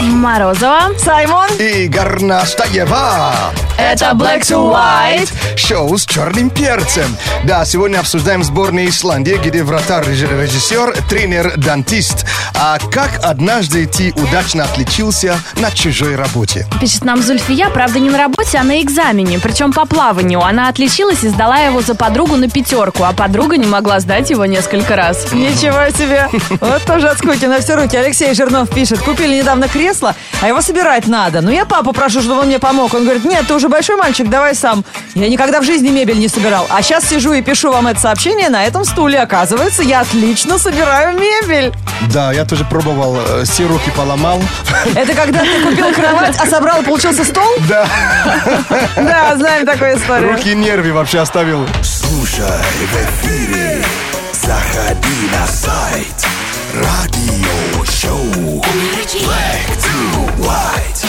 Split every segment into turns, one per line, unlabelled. Морозова.
Саймон.
И Горнастаева.
Это Black to White.
Шоу с черным перцем. Да, сегодня обсуждаем сборные Исландии, где вратарь реж- режиссер, тренер, дантист. А как однажды ты удачно отличился на чужой работе?
Пишет нам Зульфия, правда, не на работе, а на экзамене. Причем по плаванию. Она отличилась и сдала его за подругу на пятерку, а подруга не могла сдать его несколько раз.
Ничего себе. Вот тоже от скуки на все руки. Алексей Жирнов пишет. Купили недавно кресло, а его собирать надо. Но я папу прошу, чтобы он мне помог. Он говорит, нет, ты уже большой мальчик, давай сам. Я никогда в жизни мебель не собирал. А сейчас сижу и пишу вам это сообщение. На этом стуле, оказывается, я отлично собираю мебель.
Да, я тоже пробовал, э, все руки поломал.
Это когда ты купил кровать, а собрал, и получился стол?
Да,
Да, знаем такую историю.
руки и нервы вообще оставил.
Слушай в эфире, заходи на сайт Радио Шоу Black to White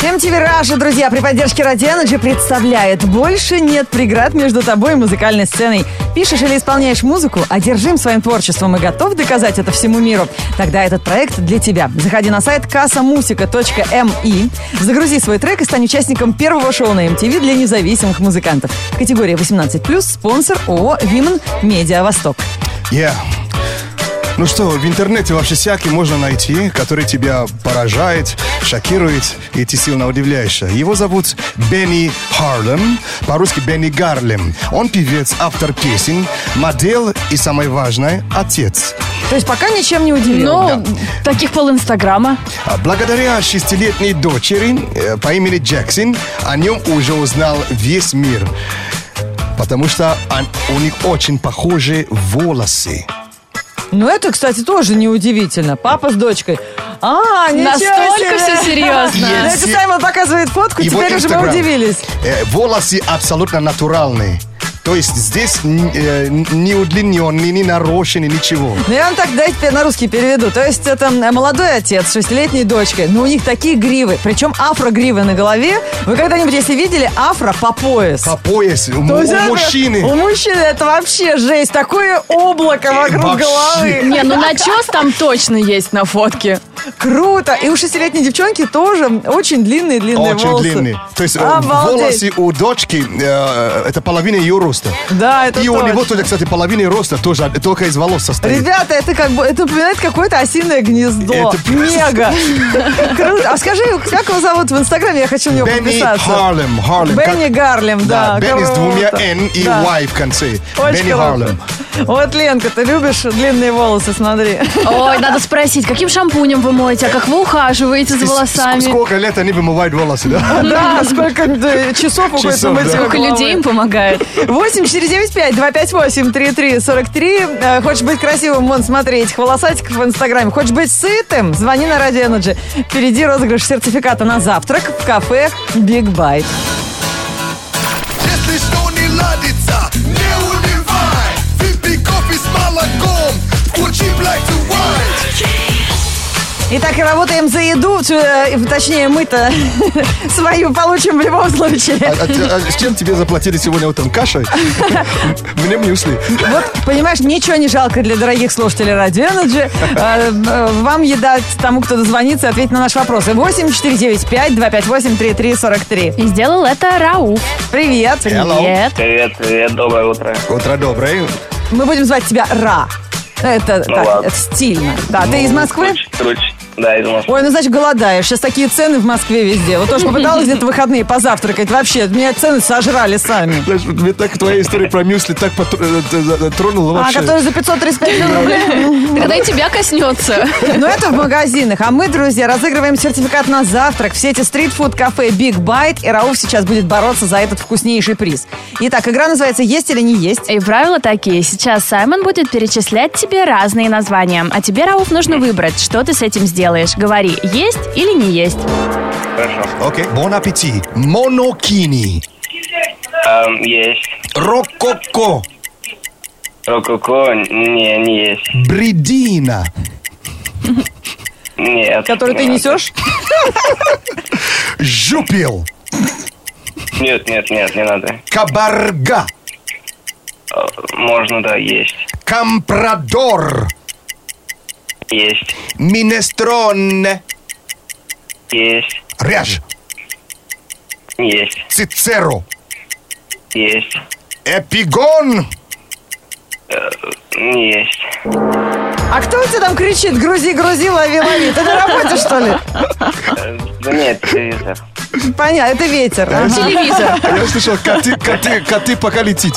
MTV Раша, друзья, при поддержке Ради Energy представляет «Больше нет преград между тобой и музыкальной сценой». Пишешь или исполняешь музыку, одержим своим творчеством и готов доказать это всему миру? Тогда этот проект для тебя. Заходи на сайт kassamusica.mi, загрузи свой трек и стань участником первого шоу на MTV для независимых музыкантов. Категория 18+, спонсор ООО «Вимен Медиа Восток».
Yeah. Ну что, в интернете вообще всякий можно найти, который тебя поражает, шокирует и ты сильно удивляешься. Его зовут Бенни Харлем, по-русски Бенни Гарлем. Он певец, автор песен, модель и, самое важное, отец.
То есть пока ничем не удивил.
Ну, таких пол Инстаграма.
А Благодаря шестилетней дочери э, по имени Джексон о нем уже узнал весь мир. Потому что он- у них очень похожие волосы.
Ну, это, кстати, тоже неудивительно. Папа с дочкой. А, ничего
Настолько
себе.
все серьезно.
Ну,
Yes.
Это Саймон показывает фотку,
Его
теперь уже мы
Инстаграм.
удивились.
Э, волосы абсолютно натуральные. То есть здесь н- э, не удлиненный, не нарощенный, ничего.
Ну, я вам так, дайте теперь на русский переведу. То есть это м, молодой отец с шестилетней дочкой, но у них такие гривы, причем афро-гривы на голове. Вы когда-нибудь, если видели, афро по пояс?
По пояс у, м-
То
у
есть это- У
мужчины. Э,
мужчины это вообще жесть, такое облако вокруг
вообще.
головы.
Не, ну начес там точно есть на фотке.
Круто. И у шестилетней девчонки тоже очень длинные-длинные
Очень
волосы.
длинный. То есть э,
Обалдеть.
волосы у дочки, э, это половина ее роста.
Да, это
И у
точно.
него тоже, кстати, половина роста тоже от- только из волос состоит.
Ребята, это как бы, это напоминает какое-то осиное гнездо.
Это просто-
Мега. Круто. А скажи, как его зовут в Инстаграме? Я хочу в него
Бенни
подписаться.
Харлем. Харлем. как-
Бенни Гарлем, да.
Да, Бенни с двумя
круто.
N и
Да.
Y в конце.
Очень
Бенни
круто.
Харлем.
Вот, Ленка, ты любишь длинные волосы, смотри.
Ой, надо спросить, каким шампунем вы моете, а как вы ухаживаете за
С- ск-
волосами?
Сколько лет они вымывают волосы, да?
Да, сколько э, часов уходит на
Часов,
мытье
да.
Сколько
головы.
людей им помогает?
8 495 258 3343. Э, Хочешь быть красивым, вон, смотри, этих волосатиков в Инстаграме. Хочешь быть сытым, звони на Радио Energy. Впереди розыгрыш сертификата на завтрак в кафе Биг Байт.
Если что не ладится, не унывай Выпей кофе с молоком, включи Black to White
Итак, работаем за еду, э, точнее, мы-то свою получим в любом
А-
случае.
а те- а с чем тебе заплатили сегодня утром? Кашей? Мне мюсли.
Вот, понимаешь, ничего не жалко для дорогих слушателей Радио Energy. Э, э, Вам еда тому, кто дозвонится, ответить на наши вопросы. 8 495 258 3343.
И сделал это Рауф.
Привет.
Hello.
Привет.
Привет, привет, доброе утро.
Утро доброе.
Мы будем звать тебя Ра. Это,
Ну
так,
ладно.
это стильно. Да, ты из Москвы?
Круче, круче. Да, из Москвы.
Ой, ну значит, голодаешь. Сейчас такие цены в Москве везде. Вот тоже попыталась где-то в выходные позавтракать. Вообще, меня цены сожрали сами.
Знаешь, мне так твоя история про мюсли так потр- э, т- за- тронула
А,
вообще.
который за 535 рублей.
Когда и тебя коснется.
Но это в магазинах. А мы, друзья, разыгрываем сертификат на завтрак в сети стритфуд-кафе Big Bite. И Рауф сейчас будет бороться за этот вкуснейший приз. Итак, игра называется «Есть или не есть?».
И правила такие. Сейчас Саймон будет перечислять тебе разные названия. А тебе, Рауф, нужно выбрать, что ты с этим сделаешь. Говори, есть или не есть.
Хорошо.
Окей. Бон аппетит. Монокини.
Эм, есть.
Рококо.
Рококо, не, не есть.
Бридина.
Нет.
Который ты
нет.
несешь?
Жупил.
Нет, нет, нет, не надо.
Кабарга.
Э, Можно, да, есть.
Компрадор.
Есть.
Минестроне.
Есть.
Ряж,
Есть.
Цицеро,
Есть.
Эпигон.
Э, Есть.
А кто у тебя там кричит? Грузи, грузи, лови, лови. Ты на работе, что ли?
Э, Да нет, телевизор.
Понятно, это ветер. Ага.
Телевизор.
А Я слышал, коты, коты, коты пока летит.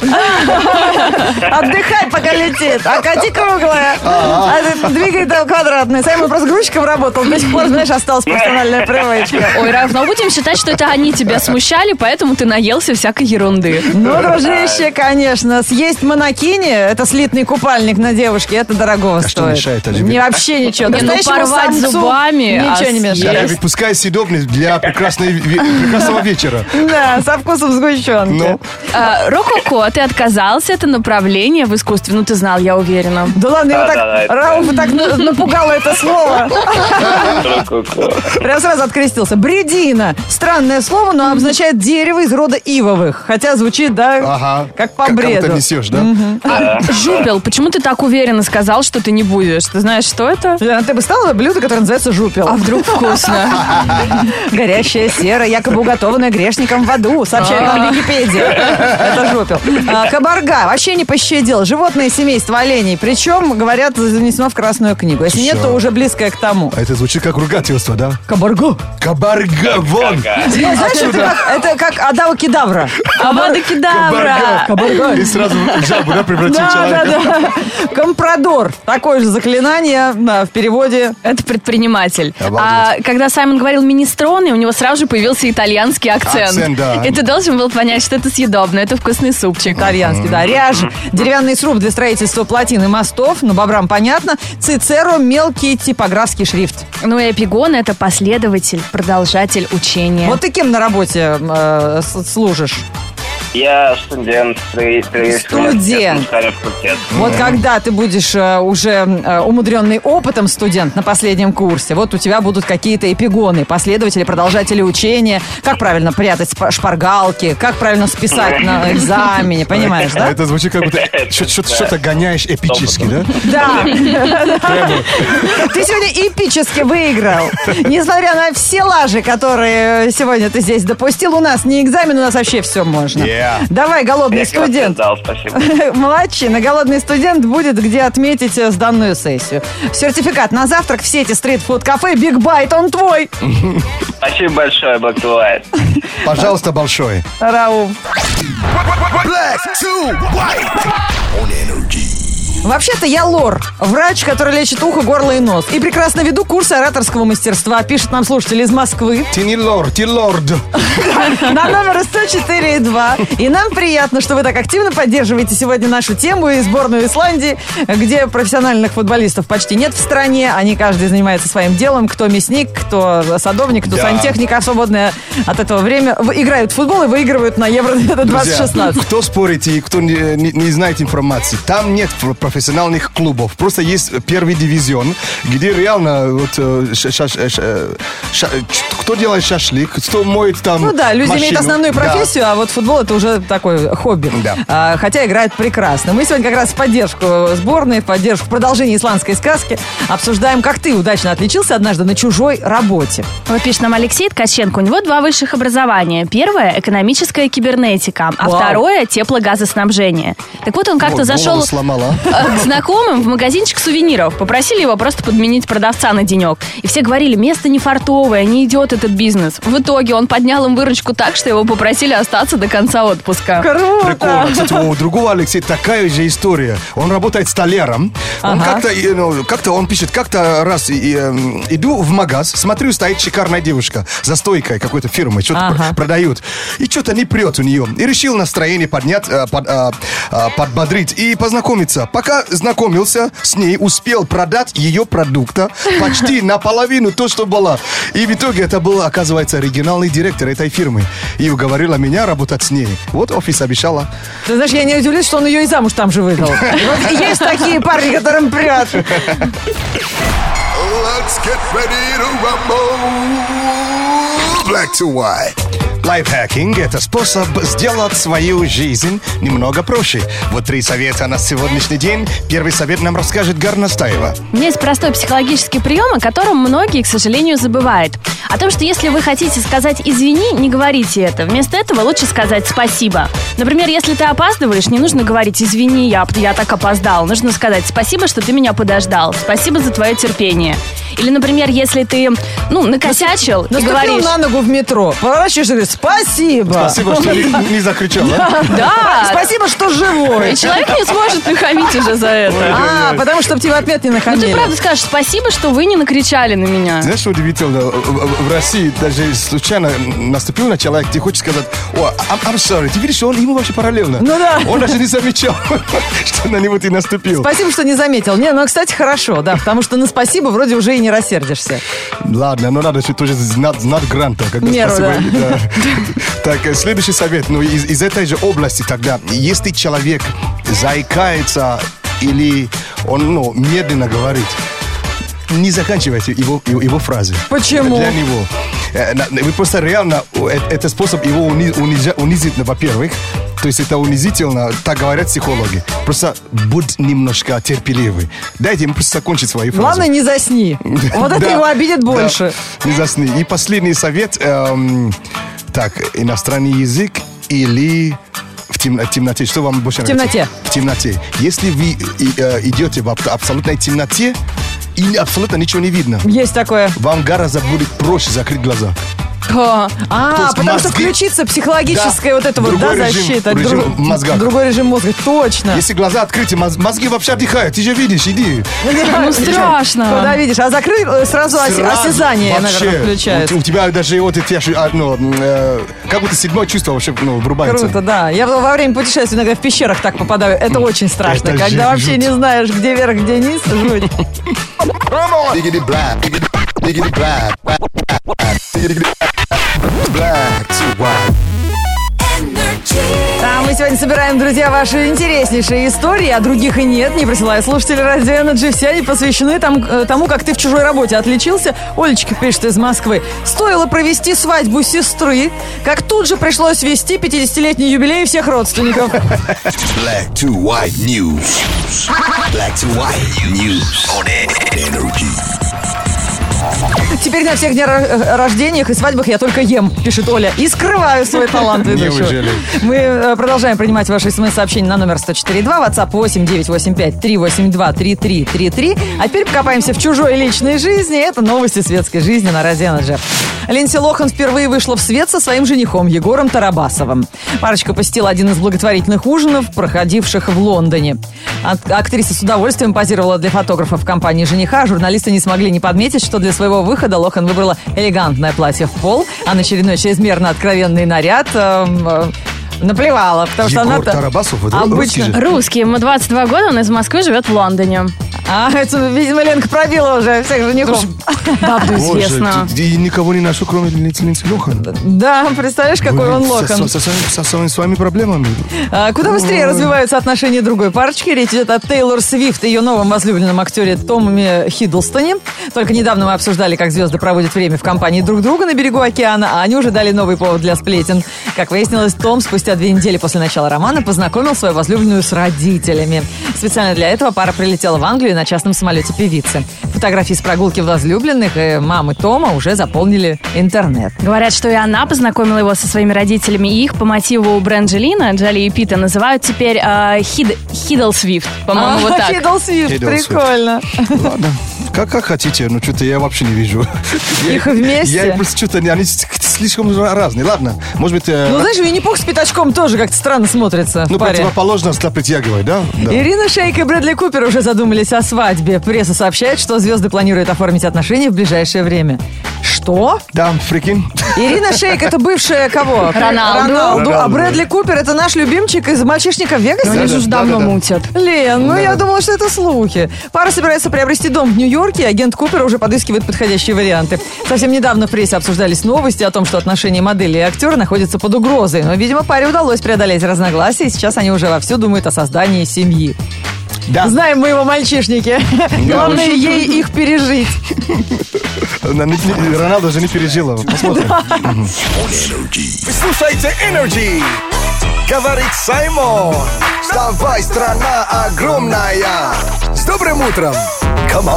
Отдыхай, пока летит. А коти круглая. А ты двигай там квадратный. Саймон просто грузчиком работал. До сих пор, знаешь, осталась персональная привычка.
Ой, равно будем считать, что это они тебя смущали, поэтому ты наелся всякой ерунды.
Ну, дружище, конечно, съесть монокини, это слитный купальник на девушке, это дорогого
А что
стоит.
мешает, Альбина?
Не вообще ничего.
Не, ну,
Настоящему
порвать
самцу
зубами, а
Ничего не
Да,
мешает.
съесть.
ведь пускай съедобный для прекрасной, ве- прекрасного вечера.
Да, со вкусом сгущенки.
Ну.
А, Рококо, ты отказался, это направление в искусстве. Ну, ты знал, я уверена.
Да ладно, его
Да, да, да,
так,
это-
Рауф так на- напугало это слово.
Рококо.
Прям сразу открестился. Бредина. Странное слово, но обозначает дерево из рода ивовых. Хотя звучит, да,
Ага.
как по
Как- кого-то
бреду.
несешь, да?
А, Жупел, почему ты так уверенно сказал, что ты не будешь? Ты знаешь, что это?
Лена, Ты бы стала блюдо, которое называется жупел.
А вдруг вкусно?
Горящая сера, якобы уготованная грешником в аду, сообщает
А.
нам Википедия. Это жопил. А, Кабарга вообще не пощадил. Животное семейство оленей. Причем, говорят, занесено в Красную книгу. Если нет, то
Всё.
уже близкое к тому.
А Это звучит как ругательство, да?
Кабаргу.
Кабарга, вон!
А
Знаешь, это как, это как Адава Кедавра.
Авада
Кабарга!
кедавра!
И сразу в жабу, да, превратил
Да, да,
человека.
да. Компрадор. Такое же заклинание да, в переводе.
Это предприниматель.
Обалдеть.
А когда Саймон говорил министроны, у него сразу же появился итальянский акцент.
Акцент, да.
И ты должен был понять, что это съедобно, это вкусный супчик.
Итальянский, да. Ряж, деревянный сруб для строительства плотин и мостов. Ну, бобрам понятно. Цицеро, мелкий типографский шрифт.
Ну и эпигон – это последователь, продолжатель учения.
Вот ты кем на работе э, с- служишь?
Я студент строительства.
Студент.
факультет.
Вот когда ты будешь э, уже э, умудренный опытом студент на последнем курсе, вот у тебя будут какие-то эпигоны, последователи, продолжатели учения, как правильно прятать спа- шпаргалки, как правильно списать на экзамене, понимаешь,
А
да?
Это звучит как будто чё- чё- что-то гоняешь эпически, да?
Да. Ты сегодня эпически выиграл. Несмотря на все лажи, которые э, сегодня ты здесь допустил, у нас не экзамен, у нас вообще все можно.
Yeah.
Давай, голодный
Я как раз
студент.
дал, спасибо.
Молодчина, голодный студент будет где отметить э, сданную сессию. Сертификат на завтрак в сети стритфуд-кафе «Биг Байт», он твой,
Спасибо большое, Black to White.
Пожалуйста, большое.
Рауф.
Black to white. On energy.
Вообще-то я лор, врач, который лечит ухо, горло и нос. И прекрасно веду курсы ораторского мастерства, пишет нам слушатель из Москвы.
Ты не лорд, ты лорд.
на номер 104,2. И нам приятно, что вы так активно поддерживаете сегодня нашу тему и сборную Исландии, где профессиональных футболистов почти нет в стране. Они каждый занимается своим делом. Кто мясник, кто садовник, кто
Да.
сантехник. А в свободное от этого время в- играют в футбол и выигрывают на Евро
Друзья,
2016.
Кто спорит и кто не, не- не знает информации, там нет про- профессиональных клубов. Просто есть первый дивизион, где реально вот, э, ша- ша- ша- ша- ша- ч- кто делает шашлык, кто моет там
Ну да, люди имеют
машину.
основную
Да.
профессию, а вот футбол это уже такое хобби.
Да.
А, хотя играют прекрасно. Мы сегодня как раз в поддержку сборной, в поддержку продолжения исландской сказки обсуждаем, как ты удачно отличился однажды на чужой работе.
Вот пишет нам Алексей Ткаченко. У него два высших образования. Первое – экономическая кибернетика, а
Вау.
второе – теплогазоснабжение. Так вот он как-то
Ой,
зашел
голову сломала.
э, к знакомым в магазинчик сувениров. Попросили его просто подменить продавца на денек. И все говорили, место не фартовое, не идет этот бизнес. В итоге он поднял им выручку так, что его попросили остаться до конца отпуска.
Круто!
Прикольно. Кстати, у другого Алексея такая же история. Он работает столяром. Он
Ага.
как-то, э, ну, как-то он пишет, как-то раз и, э, м, иду в магаз, смотрю, стоит шикарная девушка за стойкой какой-то фирмы, что-то
Ага.
пр- продают. И что-то не прет у нее. И решил настроение поднять, э, под- э, э, подбодрить и познакомиться. Пока знакомился с ней, успел продать ее продукта почти наполовину то, что было. И в итоге это был, оказывается, оригинальный директор этой фирмы. И уговорила меня работать с ней. Вот офис обещала.
Ты знаешь, я не удивлюсь, что он ее и замуж там же выдал. Вот есть такие парни, которым прет.
Let's get ready to rumble. Black to white.
Лайфхакинг – это способ сделать свою жизнь немного проще. Вот три совета на сегодняшний день. Первый совет нам расскажет Гарнастаева.
У меня есть простой психологический прием, о котором многие, к сожалению, забывают. О том, что если вы хотите сказать «извини», не говорите это. Вместо этого лучше сказать «спасибо». Например, если ты опаздываешь, не нужно говорить «извини, я, я так опоздал». Нужно сказать «спасибо, что ты меня подождал», «спасибо за твое терпение». Или, например, если ты, ну, накосячил и
Наступил
говоришь...
на ногу в метро, поворачиваешься и говоришь «спасибо».
Спасибо, что не, не закричал. а?
Да!
Спасибо, что
И
живой.
человек не сможет нахамить уже за это.
А, потому что тебе в ответ не
Ну ты
нахамили.
правда скажешь «спасибо, что вы не накричали на меня».
Знаешь, что удивительно, в- в в России даже случайно наступил на человека, ты хочешь сказать, о, а, I'm, I'm sorry, ты видишь, он ему вообще параллельно.
Ну да.
Он даже не замечал, что на него ты наступил.
Спасибо, что не заметил. Не, ну, кстати, хорошо, да, потому что на спасибо вроде уже и не рассердишься.
Ладно, но надо еще тоже знать, знать гранта. Как бы
Меру,
спасибо,
да.
да. Так, э, следующий совет. Ну, из, из этой же области тогда. Если человек заикается или он ну, медленно говорит, не заканчивайте его, его, его фразы.
Почему?
Для него. Э, на- Вы просто реально, э, это способ его уни- унижа- унизить, ну, во-первых. То есть это унизительно, так говорят психологи. Просто будь немножко терпеливый. Дайте ему просто закончить свои фразы.
Главное, не засни. Вот это
Да.
его обидит
Да.
больше.
Не засни. И последний совет. эм, так, иностранный язык или в темно- темноте. Что вам больше
В
нравится?
темноте.
В темноте. Если вы и, э, идете в аб- абсолютной темноте и абсолютно ничего не видно,
Есть такое.
вам гораздо будет проще закрыть глаза.
А,
есть
потому что
мозги-
включится психологическая
Да.
вот эта вот да,
Другой режим-
защита.
режим
друг-
в мозгах.
Другой режим мозга, точно.
Если глаза открыты, моз- мозги вообще отдыхают. Ты же видишь, иди.
Ну, страшно.
Куда видишь? А закрыл э, сразу, ос-
Сразу
осязание,
вообще.
наверное,
У,
включается.
у тебя даже вот эти, оши- а, ну, м, э, как будто седьмое чувство вообще ну, врубается.
Круто, да. Я во во время путешествий иногда в пещерах так попадаю. Это очень страшно,
Это
когда
жуть.
вообще не знаешь, где вверх, где низ. Жуть.
Diggity black, diggity diggity black, black, black, diggity black, black to white.
А мы сегодня собираем, друзья, ваши интереснейшие истории, а других и нет, не присылая слушатели Радио Energy. Все они посвящены там, э, тому, как ты в чужой работе отличился. Олечка пишет из Москвы. Стоило провести свадьбу сестры, как тут же пришлось вести 50-летний юбилей всех родственников.
Black to white news. Black to white news on energy.
Теперь на всех днях ро- рождениях и свадьбах я только ем, пишет Оля. И скрываю свой талант ведущего.
Неужели?
Мы э, продолжаем принимать ваши смс-сообщения на номер 104.2, WhatsApp 8 985 382 3333. А теперь покопаемся в чужой личной жизни. Это новости светской жизни на Радио Energy. Линдси Лохан впервые вышла в свет со своим женихом Егором Тарабасовым. Парочка посетила один из благотворительных ужинов, проходивших в Лондоне. Ак- Актриса с удовольствием позировала для фотографов компании жениха. Журналисты не смогли не подметить, что для своего выхода Лохан выбрала элегантное платье в пол, а на очередной чрезмерно откровенный наряд эм, э, наплевала, потому что
Егор
она-то
Тарабасов, это русский
обычно...
же.
Русский, ему 22 года, он из Москвы, живет в Лондоне.
А, это, видимо, Ленка пробила уже всех женихов.
Ну,
Правду
Боже,
известно.
ты- ты никого не нашел, кроме Линдси Линдси Лохан.
Да, представляешь, какой он
Со-
Лохан.
Со, со- со- со- со своими проблемами.
А, Куда быстрее развиваются отношения другой парочки. Речь идет о Тейлор Свифт и ее новом возлюбленном актере Томми Хиддлстоне. Только недавно мы обсуждали, как звезды проводят время в компании друг друга на берегу океана, а они уже дали новый повод для сплетен. Как выяснилось, Том спустя две недели после начала романа познакомил свою возлюбленную с родителями. Специально для этого пара прилетела в Англию на частном самолете певицы. Фотографии с прогулки возлюбленных и мамы Тома уже заполнили интернет.
Говорят, что и она познакомила его со своими родителями, и их по мотиву Брэнджелина, Джоли и Пита, называют теперь э, Хид- Хидл Свифт, по-моему, вот так.
А, Хидл Свифт,
Хиддлстон.
прикольно.
Ладно. Как, как хотите, но что-то я вообще не вижу.
Их
Я-
вместе?
Я просто что-то, они с- слишком разные. Ладно, может быть, э,
Ну, знаешь, Винни-Пух с пятачком тоже как-то странно смотрится в
ну,
паре.
противоположно стал притягивать, да? Да.
Ирина Шейк и Брэдли Купер уже задумались о свадьбе. Пресса сообщает, что звезды планируют оформить отношения в ближайшее время. Что?
Да, прикинь.
Ирина Шейк это бывшая кого?
Роналду.
А
Роналду.
Брэдли Купер это наш любимчик из мальчишника в Вегасе?
Ну, Они же уж
Да-да-да.
давно мутят.
Лен, ну я думала, что это слухи. Пара собирается приобрести дом в Нью-Йорке, и агент Купера уже подыскивает подходящие варианты. Совсем недавно в прессе обсуждались новости о том, что отношения модели и актера находятся под угрозой. Но, видимо, паре удалось преодолеть разногласия, и сейчас они уже вовсю думают о создании семьи.
Да.
Знаем мы его, мальчишники. Главное, ей их пережить.
Она не- не- Роналду же не пережила. Посмотрим.
Вы слушаете Energy. Говорит Саймон. Вставай, страна огромная. С добрым утром. Come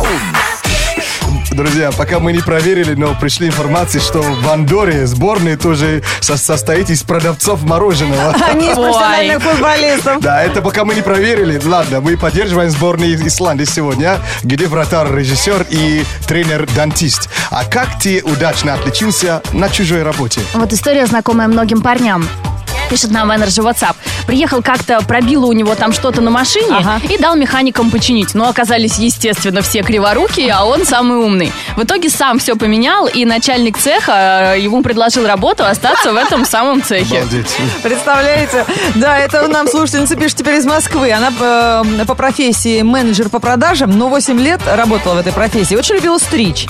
Друзья, пока мы не проверили, но пришли информации, что в Андоре сборная тоже со- состоит из продавцов мороженого.
Они а из
Ой.
профессиональных футболистов.
Да, это пока мы не проверили. Ладно, мы поддерживаем сборную из Исландии сегодня, где вратарь, режиссер и тренер-дантист. А как ты удачно отличился на чужой работе?
Вот история, знакомая многим парням. Пишет нам в Energy WhatsApp. Приехал как-то, пробило у него там что-то на машине
Ага.
и дал механикам починить. Но оказались, естественно, все криворукие, а он самый умный. В итоге сам все поменял, и начальник цеха э, ему предложил работу остаться в этом самом цехе.
Обалдеть.
Представляете? Да, это нам слушательница пишет теперь из Москвы. Она э, по профессии менеджер по продажам, но 8 лет работала в этой профессии. Очень любила стричь.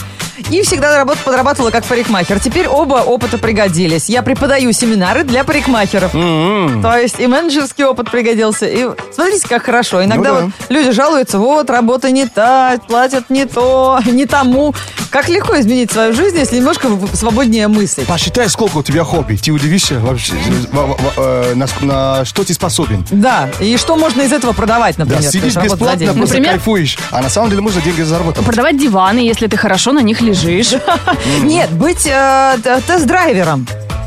И всегда работ- подрабатывала как парикмахер. Теперь оба опыта пригодились. Я преподаю семинары для парикмахеров.
М-м.
То есть и менеджерский опыт пригодился. И смотрите, как хорошо. Иногда
Ну да.
вот люди жалуются, вот, работа не та, платят не то, не тому. Как легко изменить свою жизнь, если немножко в- свободнее мыслить.
Посчитай, сколько у тебя хобби. Ты удивишься вообще, во- во- во- э, на, ск- на что ты способен.
Да, и что можно из этого продавать,
Да,
например?
сидишь
то есть работа за
бесплатно,
деньги.
просто
Например?
кайфуешь. А на самом деле можно деньги заработать.
Продавать диваны, если ты хорошо на них лежишь.
Нет, быть э, т- тест-драйвером.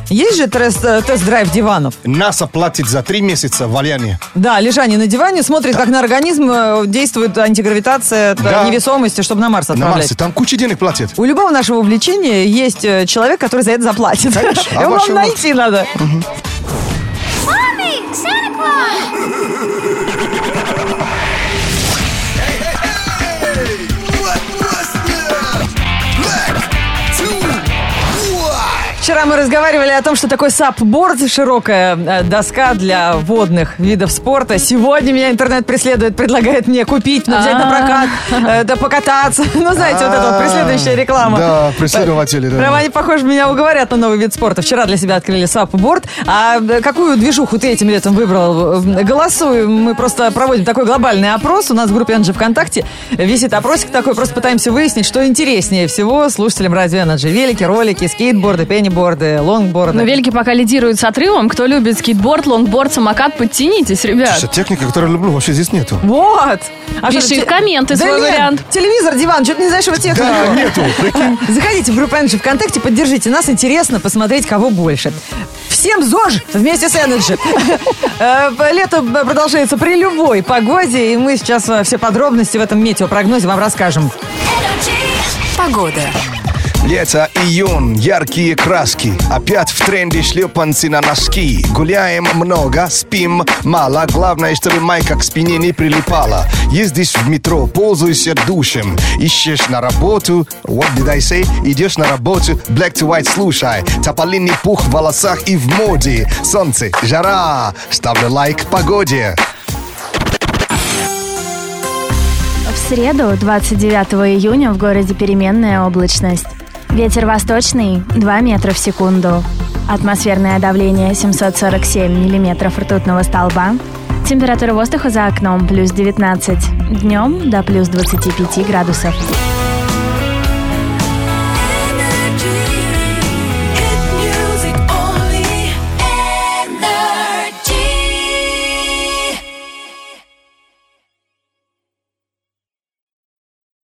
Есть же трес- э, тест-драйв диванов.
НАСА платит за три месяца валяние.
Да, лежание на диване, смотрит, как на организм э, действует антигравитация, т-
Да.
невесомости, чтобы на Марс
На
отправлять.
Марсе. Там куча денег платят.
У любого нашего увлечения есть э, человек, который за это заплатит.
Конечно, а
Его вам
вашего-
найти надо. Вчера мы разговаривали о том, что такое сапборд, широкая э, доска для водных видов спорта. Сегодня меня интернет преследует, предлагает мне купить, но взять на прокат, э, да покататься. Ну, знаете, вот эта вот преследующая реклама.
А, Да, преследователи, да.
Прямо они, похоже, меня уговорят на новый вид спорта. Вчера для себя открыли сапборд. А э, какую движуху ты этим летом выбрал? Э, Голосуем. Мы просто проводим такой глобальный опрос. У нас в группе Energy ВКонтакте висит опросик такой. Просто пытаемся выяснить, что интереснее всего слушателям радио Energy. Велики, ролики, скейтборды, пенниборды, лонгборды.
Но велики Ну, пока лидируют с отрывом. Кто любит скейтборд, лонгборд, самокат, подтянитесь,
Слушай, а
ребят.
техника, которую люблю, вообще здесь нету.
Вот! А
Пиши
что,
в
те-
комменты
Да
свой
нет,
вариант.
Телевизор, диван, что-то не знаешь его технику.
Да, нету. Прикинь.
Заходите в группу Energy ВКонтакте, поддержите нас, интересно посмотреть, кого больше. Всем ЗОЖ вместе с Energy. Э, Лето продолжается при любой погоде, и мы сейчас э, все подробности в этом метеопрогнозе вам расскажем.
Погода.
Лето, а июнь, яркие краски. Опять в тренде шлепанцы на носки. Гуляем много, спим мало. Главное, чтобы майка к спине не прилипала. Ездишь в метро, пользуйся душем. Ищешь на работу, what did I say? Идешь на работу, black to white слушай. Тополиный пух в волосах и в моде. Солнце, жара. Ставлю лайк погоде.
В среду, 29 июня, в городе переменная облачность. Ветер восточный 2 метра в секунду. Атмосферное давление 747 миллиметров ртутного столба. Температура воздуха за окном плюс 19. Днем до плюс 25 градусов.